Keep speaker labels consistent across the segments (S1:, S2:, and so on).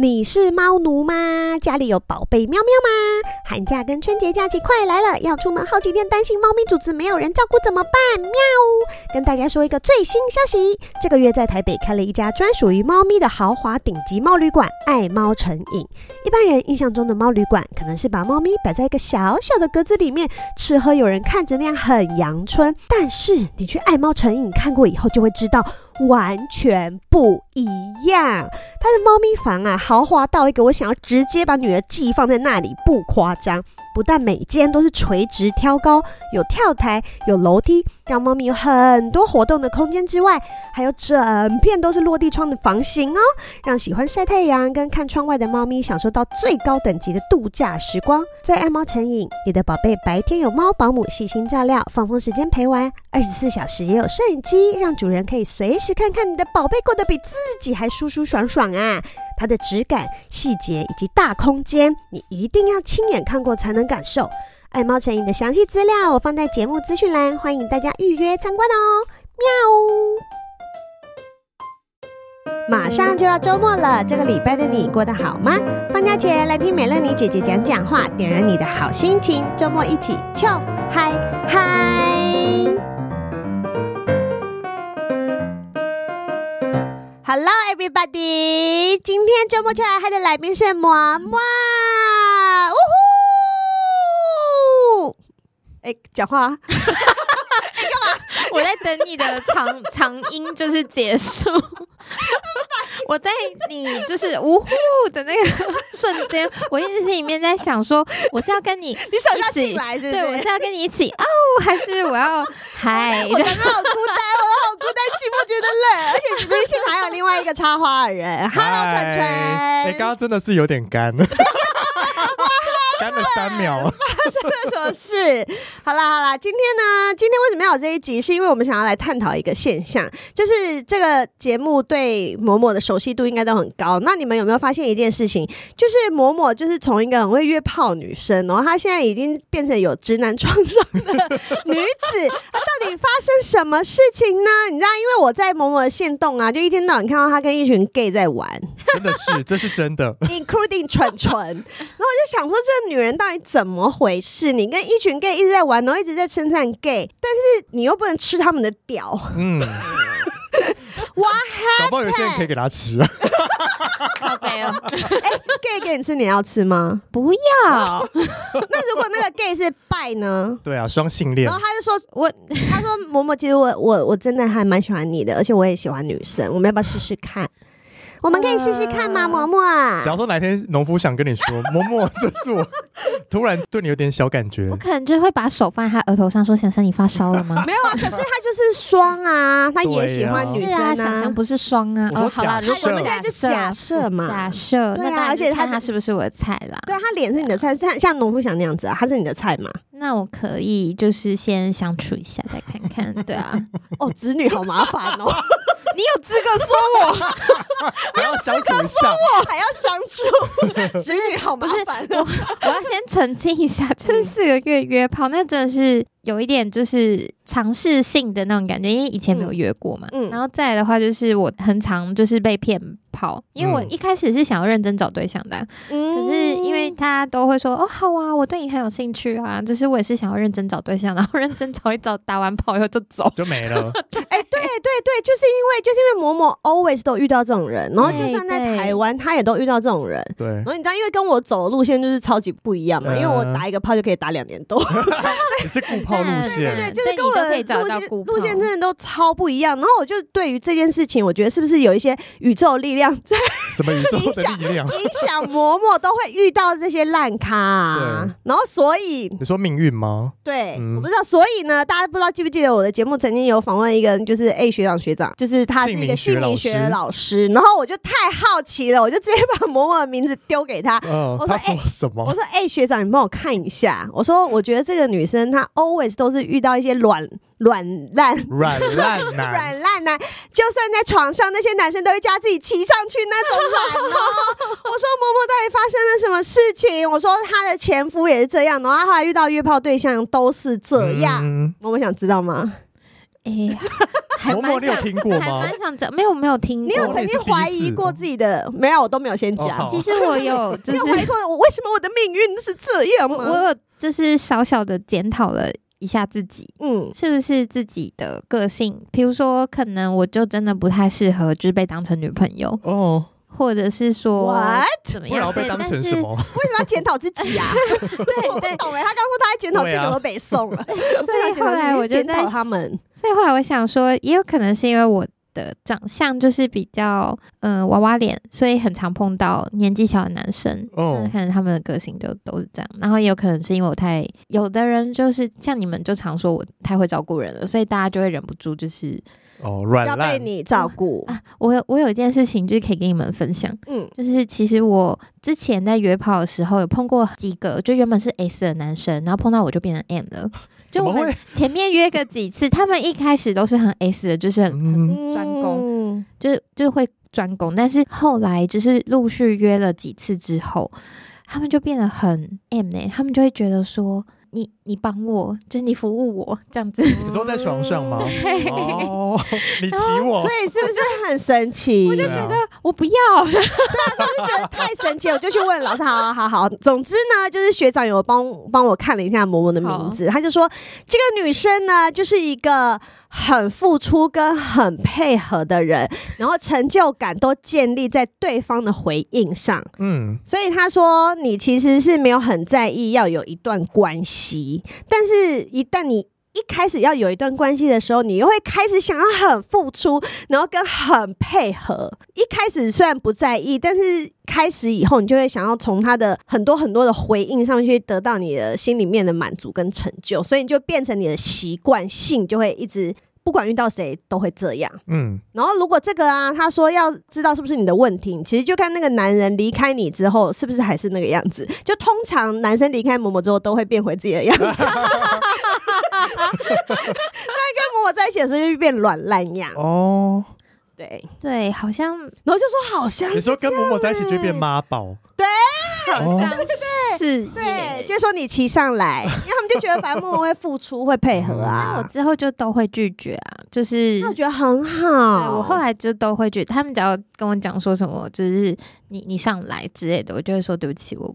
S1: 你是猫奴吗？家里有宝贝喵喵吗？寒假跟春节假期快来了，要出门好几天，担心猫咪主子没有人照顾怎么办？喵！跟大家说一个最新消息，这个月在台北开了一家专属于猫咪的豪华顶级猫旅馆——爱猫成瘾。一般人印象中的猫旅馆，可能是把猫咪摆在一个小小的格子里面，吃喝有人看着那样很阳春。但是你去爱猫成瘾看过以后，就会知道完全不一样。它的猫咪房啊，豪华到一个我想要直接把女儿寄放在那里，不夸张。不但每间都是垂直挑高，有跳台，有楼梯，让猫咪有很多活动的空间之外，还有整片都是落地窗的房型哦，让喜欢晒太阳跟看窗外的猫咪享受到最高等级的度假时光。在爱猫成瘾，你的宝贝白天有猫保姆细心照料，放风时间陪玩，二十四小时也有摄影机，让主人可以随时看看你的宝贝过得比自己还舒舒爽爽啊。它的质感、细节以及大空间，你一定要亲眼看过才能感受。爱猫成瘾的详细资料我放在节目资讯栏，欢迎大家预约参观哦。喵！马上就要周末了，这个礼拜的你过得好吗？放假前来听美乐妮姐姐讲讲话，点燃你的好心情，周末一起就嗨嗨！Hello, everybody！今天周末出来嗨的来宾是嬷嬷，呜呼！哎、讲话、啊，
S2: 我在等你的长长音就是结束， 我在你就是呜呼的那个瞬间，我一直心里面在想说，我是要跟你
S1: 你手要
S2: 一起
S1: 进来，对不
S2: 对，我是要跟你一起哦，还是 我要嗨？
S1: 我感觉好孤单，我好孤单，寂寞觉得冷，而且直播现场还有另外一个插花的人，Hello
S3: 嗨
S1: 纯
S3: 哎，
S1: 纯，
S3: 刚刚真的是有点干，干了三秒。
S1: 这什么事？好啦好啦，今天呢，今天为什么要有这一集？是因为我们想要来探讨一个现象，就是这个节目对嬷嬷的熟悉度应该都很高。那你们有没有发现一件事情？就是嬷嬷就是从一个呃很会约炮女生，然后她现在已经变成有直男创伤的女子。她呃到底发生什么事情呢？你知道，因为我在嬷嬷的线动啊，就一天到晚看到她跟一群 gay 在玩。
S3: 真的是，这是真的。
S1: including 蠢蠢。然后我就想说，这女人到底怎么回事？你跟一群 gay 一直在玩，然后一直在称赞 gay，但是你又不能吃他们的屌，
S3: 嗯，
S1: 哇
S3: 搞不好有些人可以给他吃啊。
S2: 靠背哦，
S1: 哎！gay 给你吃，你要吃吗？
S2: 不要，
S1: 那如果那个 gay 是拜呢？
S3: 对啊，双性恋
S1: 然后。他就说，
S2: 我
S1: 他说，嬷嬷，其实我我我真的还蛮喜欢你的，而且我也喜欢女生，我们要不要试试看？我们可以试试看吗，啊嬷嬷？
S3: 假如说哪天农夫想跟你说，嬷嬷，这是我突然对你有点小感觉
S2: 我，可能就会把手放在他额头上，说：“想想你发烧了吗
S1: 没有啊，可是他就是双啊，他也喜欢？”
S3: 对
S1: 女
S2: 是
S1: 生
S2: 啊，想象不是双啊。
S3: 我说
S2: 哦，好啦，
S3: 假
S2: 如果
S3: 设
S1: 我们
S3: 是
S1: 现在就假设嘛，
S2: 假设，
S1: 对啊
S2: 那当然
S1: 而且
S2: 就
S1: 他
S2: 看他是不是我的菜啦。
S1: 对啊，他脸是你的菜，像像农夫想那样子啊，他是你的菜嘛？
S2: 那我可以就是先相处一下，再看看。对啊，
S1: 哦，子女好麻 烦哦，
S2: 你有资格说我
S3: 还要相处一下。
S1: 还要相 处，子女好麻烦哦。
S2: 我要先澄清一 下，就是四个月约炮，那真的是有一点就是尝试性的那种感觉，因为以前没有约过嘛。
S1: 嗯嗯
S2: 然后再来的话，就是我很常就是被骗炮，因为我
S3: 嗯
S2: 一开始是想要认真找对象的啊，
S1: 嗯
S2: 可是因为他都会说哦好啊，我对你很有兴趣啊，就是我也是想要认真找对象，然后认真找一找，打完炮以后就走。
S3: 就没了，
S1: 哎，对对对，就是因为就是因为嬷嬷 always 都遇到这种人，然后就算在
S2: 对对
S1: 台湾，他也都遇到这种人。
S3: 对
S1: 然，后你知道，因为跟我走的路线就是超级不一样嘛，因为我
S3: 嗯
S1: 打一个炮就可以打两年多，
S3: 你是顾炮路
S2: 对
S3: 线，
S1: 嗯对，就是跟
S2: 对你
S1: 我
S2: 都
S1: 的
S2: 可以找
S1: 路
S2: 到
S1: 线
S2: 顾
S1: 路线
S2: 炮
S1: 真的都超不一样。然后我就对于这件事情，我觉得是不是有一些宇宙力量在
S3: 什么宇宙的力量？
S1: 影响嬷嬷都会遇到这些烂咖、啊
S3: 对，
S1: 然后所以
S3: 你说命运吗？
S1: 对、
S3: 嗯
S1: 我不知道，所以呢，大家不知道记不记得我的节目曾经有访问一个人，就是 A 学长学长，就是他是一个姓
S3: 姓
S1: 名
S3: 名
S1: 学
S3: 学
S1: 的老师，然后我就太好奇了，我就直接把嬷嬷的名字丢给他。
S3: 嗯
S1: 我说，
S3: 他说什
S1: 我
S3: 么？
S1: 说：“哎、学长，你帮我看一下。”我说：“我觉得这个女生她 always 都是遇到一些软软烂
S3: 软烂男，
S1: 软烂男，就算在床上，那些男生都会叫他自己骑上去那种软哦。我说嬷嬷到底发生了什么事情？我说她的前夫也是这样，然后她后来遇到约炮对象都是这样。
S3: 嗯
S1: 嬷嬷想知道吗？
S2: 哎，还
S3: 嬷嬷
S2: 蛮
S3: 你有
S2: 想，
S3: 听过
S2: 还
S3: 吗？
S2: 蛮想讲，没有没有听
S1: 你有
S2: 过。
S1: 曾经怀疑过自己的？没有，我都没有先
S3: 哦
S1: 讲
S3: 好。
S2: 其实我有，就
S1: 没有怀疑
S2: 是
S1: 过我为什么我的命运是这样
S2: 我
S1: 吗？
S2: 我有，就是小小的检讨了一下自己，
S1: 嗯，
S2: 是不是自己的个性？比如说，可能我就真的不太适合，就是被当成女朋友，
S3: 哦，
S2: 或者是说
S1: What？
S2: 怎么
S3: 不然
S2: 样？
S3: 要被
S2: 对
S3: 当
S2: 但
S3: 成
S2: 是
S3: 什么？
S1: 为什么要检讨自己啊？
S2: 对
S1: 我
S2: 对
S1: 不，懂哎，他刚说他在检讨自己，
S3: 对啊
S1: 我都北宋了。
S2: 所以后来我就
S1: 检
S2: 在
S1: 讨他们，
S2: 所以后来我想说，也有可能是因为我的长相就是比较嗯、呃娃娃脸，所以很常碰到年纪小的男
S1: 嗯
S2: 生。
S3: 哦
S2: 那可能他们的个性就都是这样，然后也有可能是因为我太有的人就是像你们就常说我太会照顾人了，所以大家就会忍不住就是
S3: 哦，
S1: 要
S3: 软
S1: 被
S3: 烂
S1: 你照顾。
S2: 啊，我有我有一件事情就是可以跟你们分享，
S1: 嗯，
S2: 就是其实我之前在约炮的时候有碰过几个，就原本是 S 的男生，然后碰到我就变成 M 了。就我
S3: 怎么
S2: 们前面约个几次，他们一开始都是很 S 的，就是很
S3: 嗯，
S2: 专攻
S1: 嗯，
S2: 就是就会专攻，但是后来就是陆续约了几次之后，他们就变得很 M 呢、他们就会觉得说你你帮我，就是你服务我这样子。
S3: 你说在床上吗？
S2: 嗯
S1: 对
S3: 哦，你骑我
S1: 所，以是不是很神奇？我就
S3: 对
S1: 觉
S3: 啊
S2: 觉得我不要，
S1: 得太神奇了，我就去问老师。好好好好，总之呢，就是学长有帮帮我看了一下嬷嬷的名字，他就说这个女生呢，就是一个很付出跟很配合的人，然后成就感都建立在对方的回应上。
S3: 嗯，
S1: 所以他说，你其实是没有很在意要有一段关系，但是一旦你一开始要有一段关系的时候，你又会开始想要很付出，然后跟很配合。一开始虽然不在意，但是开始以后，你就会想要从他的很多很多的回应上去得到你的心里面的满足跟成就，所以你就变成你的习惯性，就会一直不管遇到谁都会这样。
S3: 嗯，
S1: 然后如果这个啊，他说要知道是不是你的问题，其实就看那个男人离开你之后是不是还是那个样子。就通常男生离开某某之后都会变回自己的样子。他跟某某在一起的时候就变软烂样，
S3: 哦，
S1: 对。
S2: 对，好像
S1: 然后就说好像
S3: 你说跟某某在一起就会
S1: 欸
S3: 变妈宝，
S2: 好像是耶
S1: 对，就说你骑上来，因为他们就觉得反正某某会付出会配合
S2: 嗯我
S1: 啊，
S2: 之后就都会拒绝啊，就是
S1: 那我觉得哦很
S2: 对
S1: 好。
S2: 我后来就都会拒，他们只要跟我讲说什么，就是你你上来之类的，我就会说对不起，我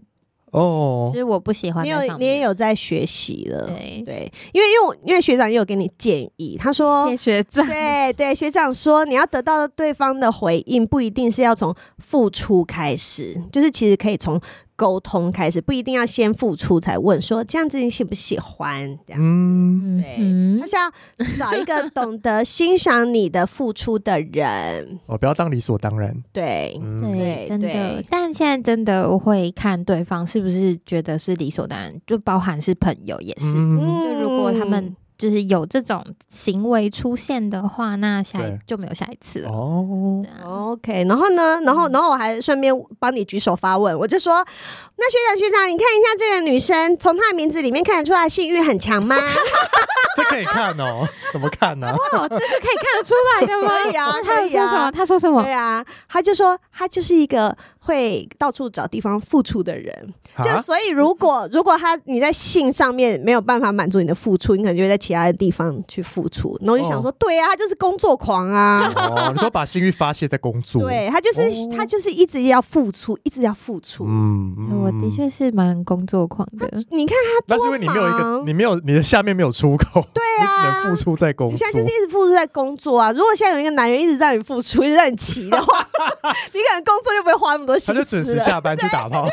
S3: 哦
S2: 就，是我不喜欢
S1: 你
S2: 在
S1: 有
S2: 上面。
S1: 你也有在学习了，
S2: 对，
S1: 对，因为因为我因为学长也有给你建议，他说
S2: 谢谢学 长，
S1: 对对，学长说你要得到对方的回应，不一定是要从付出开始，就是其实可以从沟通开始，不一定要先付出才问说这样子你喜不喜欢这样。
S3: 嗯，
S2: 嗯
S1: 对
S2: 嗯
S1: 他，是要找一个懂得欣赏你的付出的人，
S3: 哦，不要当理所当然，
S1: 对，
S3: 嗯，
S2: 对，
S1: 对
S2: 真的
S1: 对。
S2: 但现在真的我会看对方是不是觉得是理所当然，就包含是朋友也是。
S3: 嗯，
S2: 就如果他们
S1: 嗯
S2: 就是有这种行为出现的话，那下一
S3: 对
S2: 就没有下一次了。
S3: 哦
S2: 对，啊
S1: OK，然后呢，然
S3: 嗯
S1: 后然后我还顺便帮你举手发问，我就说，那学长学长，你看一下这个女生，从她的名字里面看得出来性欲很强吗？
S3: 这可以看哦，怎么看呢？
S2: 哦，这是可以看得出来 的吗？
S1: 可以啊
S2: 他
S1: 可
S2: 有
S1: 以
S2: 说什
S1: 啊
S2: 么？他说什么
S1: 对？啊，他就说他就是一个会到处找地方付出的人， 就
S3: 啊
S1: 所以如果如果他你在性上面没有办法满足你的付出，你可能就会在其他的地方去付出。然后我就想说，对啊，他就是工作狂啊，
S3: 哦，你说把性欲发泄在工作，
S1: 对他就是、
S3: 哦
S1: 他就是一直要付出，一直要付出。
S3: 嗯，
S2: 哎
S3: 嗯，
S2: 我的确是蛮工作狂 的，
S1: 你看
S3: 那是因为你没有一个，
S1: 忙
S3: 你没有你的下面没有出口，对
S1: 啊
S3: 你只能付出在工
S1: 你
S3: 作
S1: 现在。就是一直付出在工作啊。如果现在有一个男人一直让你付出，一直让你骑的 话，你可能工作就不会花那么多
S3: 他
S1: 心思
S3: 就
S1: 了。
S3: 准时下班去 打炮，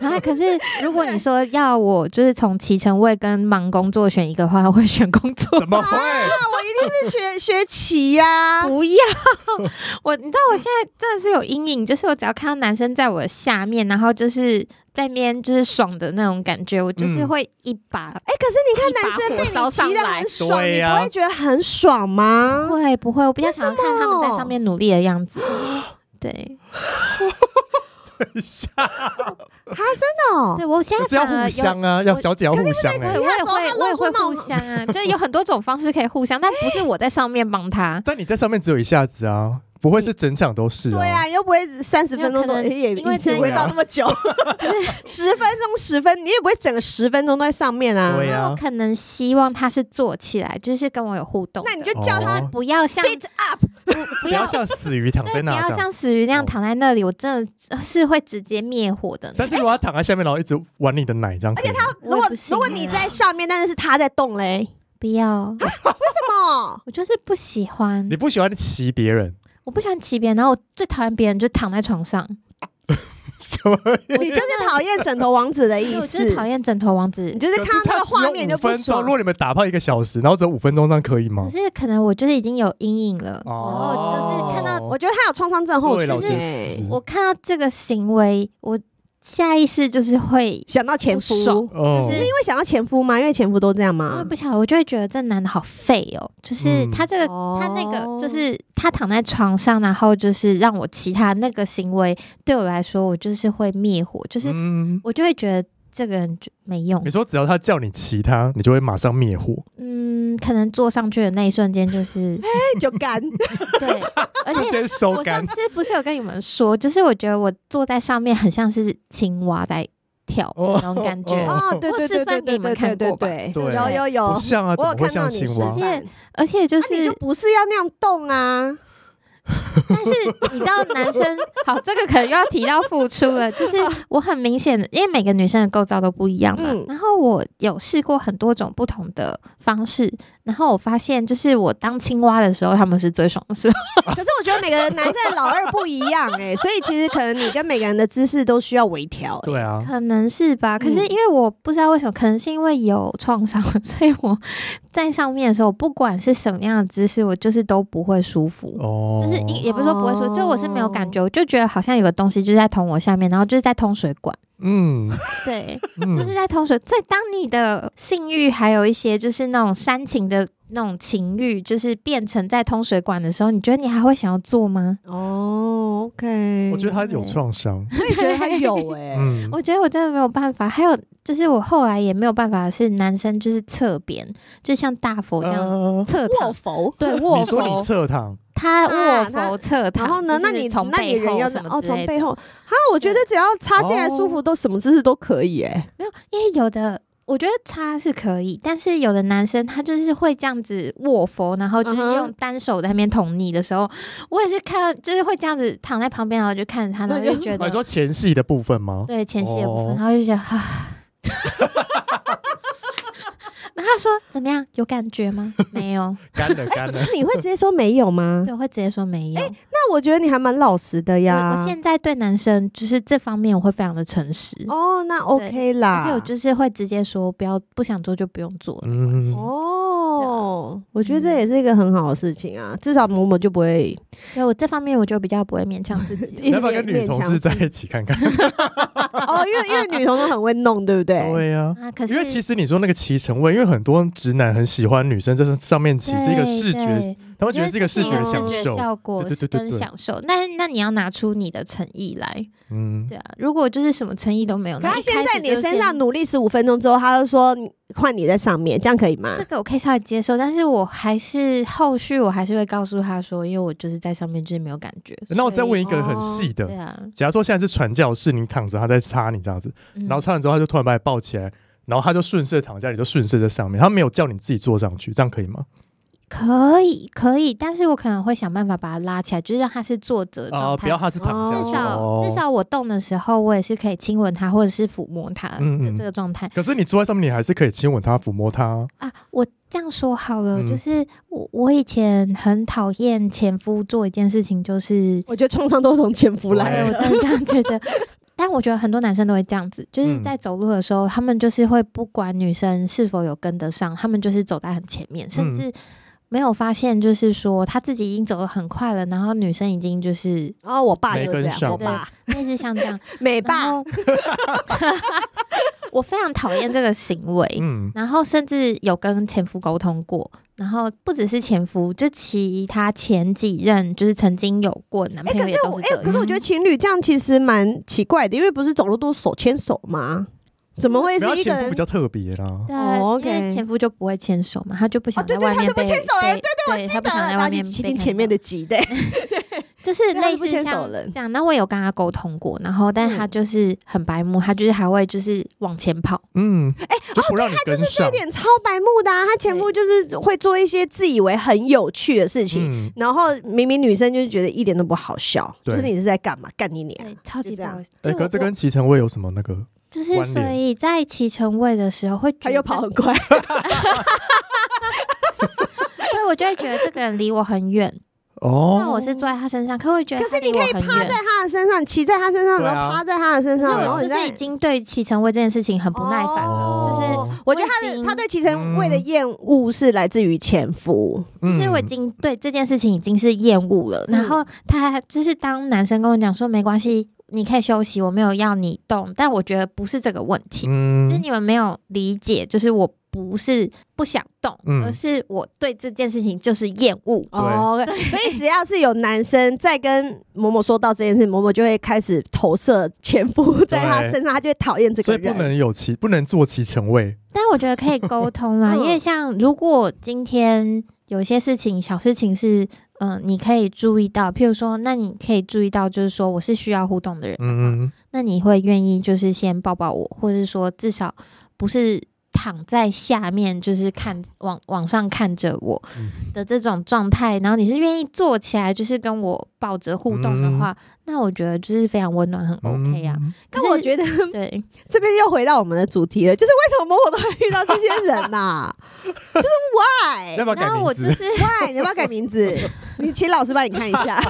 S2: 然后啊可是如果你说要我就是从骑乘位跟忙工作选一个的话，我会选工作
S3: 怎。么会？
S1: 那我一定是学学啊骑 呀、
S2: 不要我，你知道我现在真的是有阴影，就是我只要看到男生在我下面，然后就是在面就是爽的那种感觉，我就是
S3: 嗯
S2: 会一把
S1: 哎、可是你看男生被
S2: 一把火烧
S1: 你
S2: 上
S1: 骑得
S2: 来
S1: 很爽，
S3: 对
S1: 你
S3: 呀
S1: 不会觉得很爽吗？
S2: 会不会？我比较想要看他们在上面努力的 样子。对，
S1: 啊，真的哦，
S2: 对我现
S3: 可
S2: 在
S3: 是要
S2: 反而
S3: 互
S2: 有。
S3: 相啊，要小姐要互相哎、，
S2: 对，我
S1: 他
S2: 也
S1: 说
S2: 会
S1: 他，
S2: 我
S1: 露
S2: 也
S1: 出
S2: 会
S1: 那种
S2: 互相啊，就是有很多种方式可以互相，但不是我在上面帮他
S3: 但你在上面只有一下子啊，不会是整场都是啊？
S1: 对啊，又不会三十
S2: 没有
S1: 分钟
S2: 可
S1: 都
S2: 能
S1: 也
S2: 因为
S1: 以前
S2: 真
S1: 不会
S3: 的
S1: 到那么久，十分钟十分，你也不会整个十分钟都在上面啊。
S3: 对
S2: 那
S3: 啊
S2: 我可能希望他是坐起来，就是跟我有互动的。
S1: 那你就叫他
S3: 哦
S2: 不要像
S1: sit up，
S2: 不不
S3: 不
S2: 要
S3: 要像死鱼躺
S2: 对，
S3: 在
S2: 不
S3: 那
S2: 要
S3: 这样。
S2: 像死鱼那样
S3: 哦
S2: 躺在那里，我真的是会直接灭火 的。
S3: 但是如果他躺在下面，然后一直玩你的奶，这样可以吗。而且他
S1: 如
S2: 我
S1: 果
S2: 也不行
S1: 如
S2: 啊
S1: 果你在上面，但是是他在动嘞，
S2: 不要，
S1: 为什么？
S2: 我就是不喜欢
S3: 你，不喜欢骑别人，
S2: 我不喜欢骑别人，然后我最讨厌别人就躺在床上，
S3: 什么？
S1: 你就是讨厌枕头王子的
S2: 因
S1: 意
S2: 为我
S1: 思
S2: 就是，讨厌枕头王子
S1: 你。就是
S3: 可
S1: 看到那个画
S3: 他只有
S1: 面
S3: 五
S1: 就不
S3: 分钟，
S1: 爽
S3: 如。果你们打炮一个小时，然后只有五分钟，这样可以
S2: 可
S3: 吗？
S2: 是可能我就是已经有阴影了，
S3: 哦
S2: 然后就是看到
S1: 我觉得他有创伤症候
S3: 对
S1: 群
S3: 了，
S2: 我觉
S3: 得
S1: 哎
S3: 是
S2: 我看到这个行为，我下意识就是会，
S1: 想到前夫，
S2: 不爽
S3: 哦
S2: 就是
S1: 因为想到前夫吗？因为前夫都这样
S2: 我也
S1: 吗？
S2: 啊不晓得，我就会觉得这男的好废哦，就是
S3: 嗯
S2: 他这个
S1: 哦
S2: 他那个就是他躺在床上，然后就是让我其他那个行为对我来说，我就是会灭火，就是
S3: 嗯，
S2: 我就会觉得这个人就没用
S3: 你。说只要他叫你骑他，你就会马上灭火。
S2: 嗯，可能坐上去的那一瞬间就是
S1: 哎就干，
S2: 对，而
S3: 瞬
S2: 且
S3: 间收
S2: 我
S3: 干
S2: 上，次不是有跟你们说，就是我觉得我坐在上面很像是青蛙在跳
S3: 哦
S2: 那种感觉，
S3: 哦
S1: 哦，对对对对对对对对对，
S3: 对
S1: 有有有
S3: 不，像啊，怎
S1: 我
S3: 么
S1: 有
S3: 会
S1: 看到
S3: 像
S1: 你
S3: 青
S1: 示
S3: 蛙
S2: 是？
S1: 范，
S2: 而且就
S1: 那啊你
S2: 是
S1: 就不是要那样动 啊？
S2: 但是你知道，男生 好，这个可能又要提到付出 了。就是我很明显的，因为每个女生的构造都不一样嘛。
S1: 嗯
S2: 然后我有试过很多种不同的方式，然后我发现，就是我当青蛙的时候，他们是最爽的 时候。
S1: 可是我觉得每个人男生的老二不一样哎，所以其实可能你跟每个人的姿势都需要微调。欸
S3: 对啊，
S2: 可能是吧？可是
S1: 嗯
S2: 因为我不知道为什么，可能是因为有创伤，所以我在上面的时候，不管是什么样的姿势，我就是都不会舒服。
S3: 哦，
S2: 就是也也不是说不会说，就我是没有感
S1: 哦
S2: 觉，我就觉得好像有个东西就是在捅我下面，然后就是在通水管。
S3: 嗯，
S2: 对，
S3: 嗯
S2: 就是在同时，所以当你的性欲还有一些就是那种煽情的那种情欲，就是变成在通水管的时候，你觉得你还会想要做吗？
S1: 哦，OK，
S3: 我觉得他有创伤，
S1: 我也觉得他有哎，
S3: 嗯，
S2: 我觉得我真的没有办法。还有就是我后来也没有办法，是男生就是侧边，就像大佛这样
S3: 呃
S2: 侧
S1: 嗯卧
S2: 躺。
S1: 佛。
S2: 对卧
S3: 你说你
S2: 佛，
S3: 侧躺，
S2: 他卧
S1: 啊他
S2: 佛侧躺，
S1: 然后呢？
S2: 就
S1: 那
S2: 是
S1: 你
S2: 从
S1: 那你
S2: 背
S1: 人
S2: 后
S1: 要
S2: 什么
S1: 哦，
S2: 之
S1: 从
S2: 类
S1: 背
S2: 的
S1: 后啊，我觉得只要插进来
S3: 哦
S1: 舒服，都什么姿势都可以哎。
S2: 没有，因为有的我觉得擦是可以，但是有的男生他就是会这样子卧佛，然后就是
S1: 嗯哼
S2: 用单手在那边捅你的时候，我也是看，就是会这样子躺在旁边，然后就看着他，然后就觉
S3: 哦你
S2: 得
S3: 说前戏的部分吗？
S2: 对前戏的部
S3: 哦
S2: 分，然后就觉得哈。 然后他说怎么样？有感觉 吗？没有，
S3: 干了干了
S1: 那，你会直接说没有吗？
S2: 对，我会直接说没有。
S1: 那我觉得你还蛮老实的呀。
S2: 我我现在对男生就是这方面我会非常的诚实，
S1: 哦，那 OK 啦。
S2: 而且我就是会直接说不要不想做就不用做了。
S3: 嗯，
S1: 哦，我觉得
S2: 嗯
S1: 这也是一个很好的事情啊，至少某某就不 会
S2: 对我这方面我就比较不会勉强自己了。
S1: 一
S3: 你
S1: 直
S3: 要不要跟女
S1: 勉
S3: 同
S1: 强
S3: 志在一起看看？
S1: 哦，因为因为女同都很会弄，对不对？
S3: 对呀。
S2: 啊，可是
S3: 因为其实你说那个骑乘位，因为很多直男很喜欢女生在上面骑，是一个
S2: 对
S3: 视觉，
S2: 对
S3: 他
S2: 我
S3: 们觉得是一个视
S2: 这
S3: 觉
S2: 一
S3: 享
S2: 视觉
S3: 受。
S2: 效果
S3: 对对对对
S2: 跟
S3: 对
S2: 享受。那那你要拿出你的诚意来，
S3: 嗯，
S2: 对啊。如果就是什么诚意都没有，
S1: 可
S2: 那
S1: 他
S2: 一
S1: 先
S2: 开
S1: 在
S2: 始
S1: 你
S2: 就
S1: 身
S2: 先
S1: 上努力十五分钟之后，他就说你换你在上面，这样可以吗
S2: 这？个我可以稍微接受，但是我还是后续我还是会告诉他说，因为我就是在上面就是没有感觉。
S3: 那我再
S2: 所以
S3: 问一个很
S1: 哦
S3: 细的
S2: 对，啊，
S3: 假如说现在是传教士，你躺着，他在插你这样子，
S2: 嗯
S3: 然后插完之后他就突然把你抱起来，然后他就顺势躺下，你就顺势在上面，他没有叫你自己坐上去，这样可以吗？
S2: 可以可以，但是我可能会想办法把他拉起来，就是让他是坐着的
S3: 啊，
S2: 状
S3: 不
S2: 态。
S3: 要他是躺
S1: 哦
S3: 下去，
S2: 至少
S3: 哦
S2: 至。少我动的时候，我也是可以亲吻他或者是抚摸他
S3: 嗯
S2: 的
S3: 嗯
S2: 这个状态。
S3: 可是你坐在上面，你还是可以亲吻他、抚摸他啊。
S2: 啊，我这样说好了，
S3: 嗯
S2: 就是我我以前很讨厌前夫做一件事情，就是
S1: 我觉得创伤都从前夫
S2: 对
S1: 来
S3: 哎，
S2: 我真的这样觉 得。但我觉得很多男生都会这样子，就是
S3: 嗯
S2: 在走路的时候，他们就是会不管女生是否有跟得上，他们就是走在很前面，甚
S3: 嗯
S2: 至没有发现，就是说他自己已经走得很快了，然后女生已经就是
S1: 哦，我爸
S3: 啊没
S1: 就
S3: 跟
S1: 这样，
S3: 上
S1: 我爸
S2: 哦类似像这样，
S1: 美
S2: 然
S1: 爸
S2: 后 我非常讨厌这个行为。
S3: 嗯，
S2: 然后甚至有跟前夫沟通过，然后不只是前夫，就其他前几任就是曾经有过男
S1: 哎、
S2: 朋
S1: 可
S2: 友
S1: 是
S2: 也都
S1: 我
S2: 是
S1: 哎、
S2: 这样。
S1: 可是我觉得情侣这样其实蛮奇怪的，因为不是走路都手牵手吗？怎么会是
S3: 然后
S1: 一个
S3: 前夫
S1: 人
S3: 啊比？较特别啦，
S2: 对啊，
S1: 哦
S2: 因为
S1: OK
S2: 前夫就不会牵手嘛，他就不想
S1: 哦对
S2: 在
S1: 对
S2: 外
S1: 他
S2: 面
S1: 是不
S2: 被
S1: 牵手的
S2: 被对，他不想在
S1: 大家
S2: 外面
S1: 去
S2: 被
S1: 听听
S2: 看
S1: 前面
S2: 到，
S1: 的集的，
S2: 就是
S1: 对他是
S2: 类
S1: 不
S2: 似
S1: 牵
S2: 像
S1: 手的
S2: 这样。那我有跟他沟通过，然后但他
S1: 嗯
S2: 就是很白目，他就是还会就是往前跑，
S3: 嗯，哎，就不让你跟
S1: 这
S3: 上
S1: 一，点超白目的、啊。他前夫就是会做一些自以为很有趣的事情，
S3: 嗯，
S1: 然后明明女生就是觉得一点都不好笑，就
S3: 对
S1: 是你是在干嘛？干你娘！
S2: 对，超级
S1: 这
S2: 不
S1: 样
S2: 好。
S3: 哎，
S2: 就
S3: 可是这
S2: 我
S3: 跟骑乘位有什么那个？
S2: 就是
S3: 关
S2: 所
S3: 联
S2: 以在骑乘位的时候会
S1: 他
S2: 觉
S1: 又
S2: 得
S1: 跑很快，
S2: 所以我就会觉得这个人离我很远。那
S3: 哦，
S2: 我是坐在他身上，可我会觉得
S1: 可
S2: 他
S1: 是
S2: 离
S1: 你可
S2: 我
S1: 以
S2: 很
S1: 趴
S2: 远
S1: 在。他的身上，骑在他身上，
S3: 对啊
S1: 然后趴在他的身上，
S3: 可是
S1: 然后
S2: 我
S1: 你
S2: 就是
S1: 在
S2: 已经对骑乘位这件事情很不耐烦了，
S1: 哦
S3: 就是
S1: 我觉得他的
S2: 我已经
S1: 他对骑乘位的厌恶是来自于前夫，
S2: 就是我已
S3: 嗯
S2: 经对这件事情已经是厌恶了。
S1: 嗯
S2: 然后他还就是当男生跟我讲说没关系，你可以休息，我没有要你动，但我觉得不是这个问题，就是
S3: 嗯，
S2: 你们没有理解，就是我不是不想动，
S3: 嗯
S2: 而是我对这件事情就是厌恶。
S3: 对
S1: 哦，所以只要是有男生在跟某某说到这件事，某某就会开始投射前夫在他身上，他就会讨厌这
S3: 所
S1: 个
S3: 以不
S1: 人。
S3: 能有骑，不能坐骑乘位，
S2: 但我觉得可以沟通 啦，
S1: 嗯
S2: 因为像如果今天有些事情、小事情是，嗯、你可以注意到，譬如说，那你可以注意到，就是说我是需要互动的人，
S3: 嗯嗯，
S2: 那你会愿意就是先抱抱我，或是说至少不是躺在下面，就是看往往上看着我
S3: 嗯
S2: 的这种状态，然后你是愿意坐起来，就是跟我抱着互动的话，那我觉得就是非常温暖，很 OK 啊。
S3: 嗯
S1: 但我
S2: 得
S1: 觉得
S2: 对。
S1: 这边又回到我们的主题了，就是为什么某某都会遇到这些人呐、 就是
S3: 要
S1: why
S3: 不要改
S2: 然后我
S3: 名
S2: 就
S3: 字？
S2: 是，
S1: why 你要不要改名 字？你请老师帮你看一下。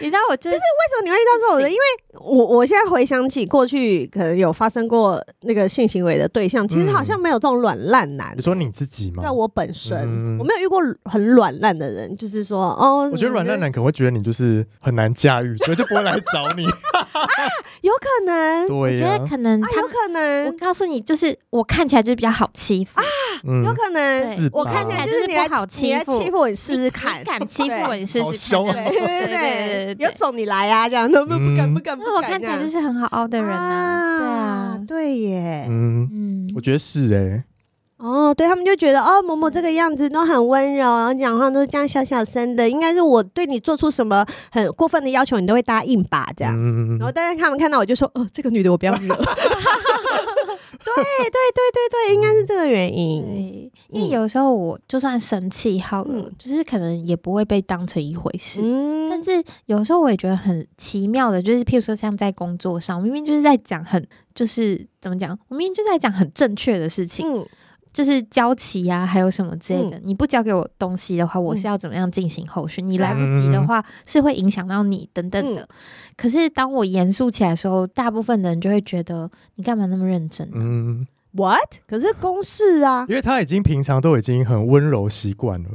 S2: 你知道我就是
S1: 为什么你会遇到这种人？
S2: 是
S1: 因为我我现在回想起过去，可能有发生过那个性行为的对象，其实
S3: 嗯
S1: 好像没有这种软烂男。
S3: 你说你自己吗
S1: 在？我本身，
S3: 嗯
S1: 我没有遇过很软烂的人，就是说哦，
S3: 我觉得软烂男可能会觉得你就是很难驾驭，所以就不会来找你。
S1: 有可能啊，
S3: 对
S2: 觉
S3: 呀
S2: 得，可能他
S1: 有可
S2: 我
S1: 能，
S2: 告诉你，就是我看起来就是比较好欺负啊，
S3: 嗯
S1: 有，可能，
S2: 对
S3: 是
S1: 我
S3: 吧
S1: 看起来
S2: 就是是
S1: 你来
S2: 不好
S1: 你
S2: 欺
S1: 来
S2: 负
S1: 欺负我，你试试看
S2: 你，敢欺负我，
S1: 对
S2: 你试
S3: 好
S2: 试
S3: 凶
S2: 看。
S3: 啊
S1: 对对对
S2: 对对
S1: 有种你来啊，这样，不不不敢
S3: 嗯
S1: 不敢，不
S2: 那我
S1: 敢
S2: 看起来
S1: 这样
S2: 就是很好凹的人啊，对啊，
S1: 啊对耶，
S3: 嗯，
S2: 嗯，
S3: 我觉得是哎，
S1: 哦，对他们就觉得哦，某某这个样子都很温柔，然后讲话都是这样小小声的，应该是我对你做出什么很过分的要求，你都会答应吧，这样。
S3: 嗯
S1: 然后，但是他们看到我就说，哦、这个女的我不要 惹。对对对对对，应该是这个原因。
S3: 嗯
S2: 对，因为有时候我就算生气好了，
S1: 嗯
S2: 就是可能也不会被当成一回事。甚
S1: 嗯，
S2: 至有时候我也觉得很奇妙的，就是譬如说像在工作上，我明明就是在讲很就是怎么讲，我明明就在讲很正确的事情，
S1: 嗯，
S2: 就是交期呀、还有什么之类
S3: 嗯
S2: 的，你不交给我东西的话，我是要怎么样进行后续？你来不及的话，是会影响到你等等
S3: 嗯
S2: 的。可是当我严肃起来的时候，大部分的人就会觉得你干嘛那么认真？
S3: 嗯，
S1: what？可是公事啊，
S3: 因为他已经平常都已经很温柔习惯了，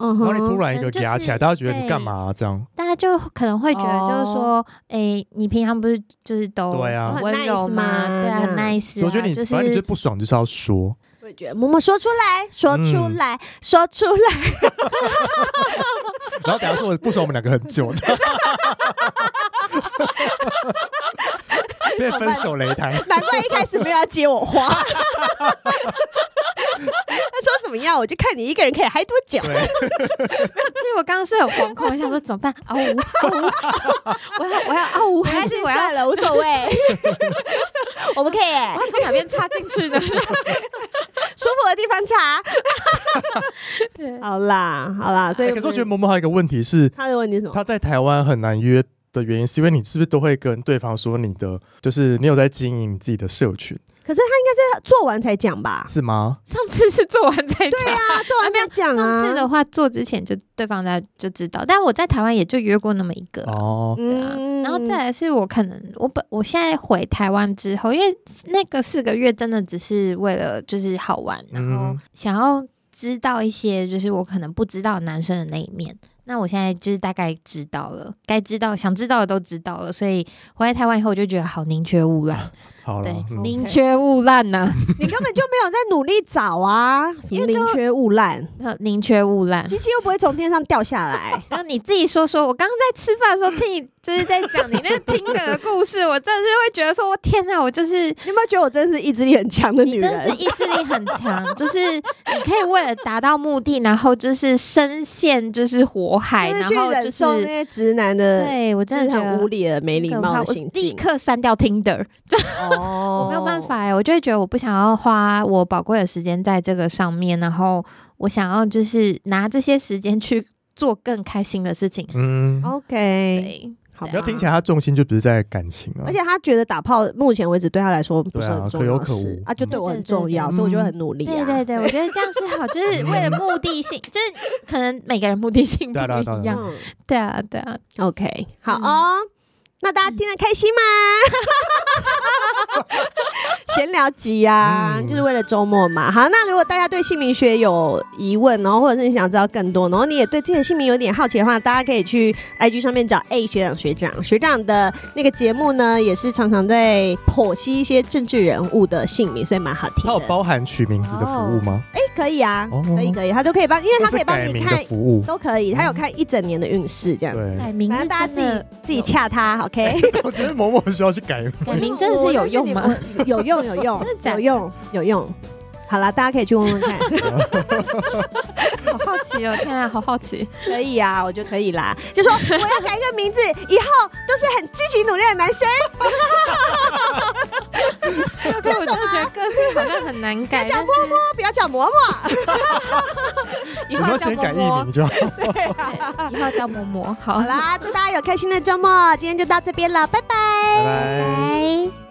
S1: 嗯
S3: 然后你
S1: 哼
S3: 突然一个给他起来，大家觉得
S2: 嗯对
S3: 你干嘛啊这样？
S2: 大家就可能会觉得，就是
S3: 哦
S2: 说，诶，你平常不是就是都
S3: 对啊
S2: 很温柔吗？
S1: 很 nice 吗
S2: 对啊，很 nice 啊。
S3: 所以嗯我觉得你
S2: 就
S3: 反正你就是不爽就是要说，
S1: 我也觉得，默默说出来，说
S3: 嗯
S1: 出来，说出来，
S3: 然后等下说我不爽我们两个很 久，变分手擂台。
S1: 难怪一开始没有要接我话。 他说怎么样，我就看你一个人可以嗨多久。
S3: 对，
S2: 其实我刚刚是很惶恐，我想说怎么办？嗷呜嗷 呜，我要我要嗷呜，还是我要
S1: 了，无所谓。 我不可以，
S2: 我要从哪边插进去 呢？
S1: 舒服的地方查。
S2: 对
S1: 好啦，好啦，所以
S3: 欸可是我觉得
S1: 不
S3: 萌萌还有一个问题是，
S1: 他的问题是什么？
S3: 他在台湾很难约的原因，是因为你是不是都会跟对方说你的，就是你有在经营你自己的社群，
S1: 可是他应该是做完才讲吧？
S3: 是吗？
S2: 上次是做完再
S1: 对
S2: 讲。
S1: 啊，做完再讲啊。
S2: 上次的话做之前就对方在就知道，但我在台湾也就约过那么一个啊、
S3: 哦，
S2: 对啊
S1: 嗯
S2: 然后再来是我可能我本我现在回台湾之后，因为那个四个月真的只是为了就是好玩，然后
S3: 嗯
S2: 想要知道一些就是我可能不知道男生的那一面。那我现在就是大概知道了，该知道想知道的都知道了，所以回来台湾以后我就觉得好宁缺毋滥，
S3: 好了
S2: 对，
S3: 嗯
S1: 你
S2: 宁缺毋滥啊 呐，
S1: 你根本就没有在努力找 啊，
S2: 因
S1: 因
S2: 为
S1: 为
S2: 就
S1: 宁缺毋 滥，
S2: 没有宁缺毋滥。
S1: 机器又不会从天上掉下来
S2: 。然后你自己说说，我刚刚在吃饭的时候听你 就是在讲你那个听的故事，我真的是会觉得说，我天哪，我就是
S1: 你有没有觉得我真是意志力很强的女
S2: 你真的是
S1: 人？
S2: 意志力很强， 就是你可以为了达到目的，然后就是深陷就是火海，
S1: 就是
S2: 然
S1: 去
S2: 后就
S1: 忍受那
S2: 是
S1: 些直男的，
S2: 对我真
S1: 真
S2: 的
S1: 的
S2: 觉得
S1: 很无理的、没
S2: 没
S1: 礼貌的行
S2: 立
S1: 径。
S2: 刻删掉 Tinder，
S1: 哦
S2: 我没有办法。哎、我就会觉得我不想要花我宝贵的时间在这个上面，然后我想要就是拿这些时间去做更开心的事情。
S3: 嗯，
S1: 哦 OK，
S2: 对，
S1: 好吧，
S3: 不要听起来他重心就不是在感情啊，
S1: 啊而且他觉得打炮目前为止对他来说不是很重要的
S3: 对啊可有可
S1: 事
S3: 无
S1: 啊，就对我很
S2: 对对对
S1: 重要，
S3: 对
S1: 所以我就很努力
S2: 对
S1: 啊。
S2: 对对，我觉得这样是好， 就是为了目的性，就是可能每个人目的性不
S3: 对啊对啊对啊
S2: 一
S3: 对
S2: 样。
S1: 嗯
S2: 对啊，对啊，
S1: ，OK，好
S2: 嗯
S1: 哦。那大家听得开心吗？闲聊集啊，
S3: 嗯
S1: 就是为了周末嘛。好，那如果大家对姓名学有疑问，然后或者是你想知道更多，然后你也对自己的姓名有点好奇的话，大家可以去 IG 上面找 A 学长学长学长的那个节目呢，也是常常在剖析一些政治人物的姓名，所以蛮好听
S3: 他有
S1: 的。
S3: 包含取名字的服务吗？
S1: 哎、可以啊，
S3: 哦
S1: 可以可以，他都可以帮，因为
S3: 或
S1: 他可
S3: 是
S1: 以帮
S3: 改
S1: 你
S3: 名的
S1: 看，
S3: 服务，
S1: 都可以，他有看一整年的运势这样子。
S3: 对，
S2: 改名
S1: 反
S2: 字
S1: 正大家自
S2: 哎真的
S1: 己自己洽他，OK？
S3: 我觉得某某需要去改名。
S2: 改名真的是有用吗？
S1: 我？有用，有用，
S2: 真的假
S1: 有
S2: 的
S1: 用，有用。好啦，大家可以去问问 看，
S2: 好好奇哦，天啊，好好奇。
S1: 可以啊，我觉得可以啦。就说我要改一个名字，以后都是很积极努力的男 生，
S2: 可我真的觉得个性好像很 难改，
S1: 叫嬷嬷，不要叫嬷嬷。
S2: 以
S3: 你
S2: 后叫
S3: 说先
S2: 嬷
S3: 改艺名
S2: 嬷，
S3: 就好。
S1: 对啊
S2: 对以后叫嬷嬷。好
S1: 好啦，祝大家有开心的周末，今天就到这边了，拜拜，
S3: 拜拜。
S1: 拜。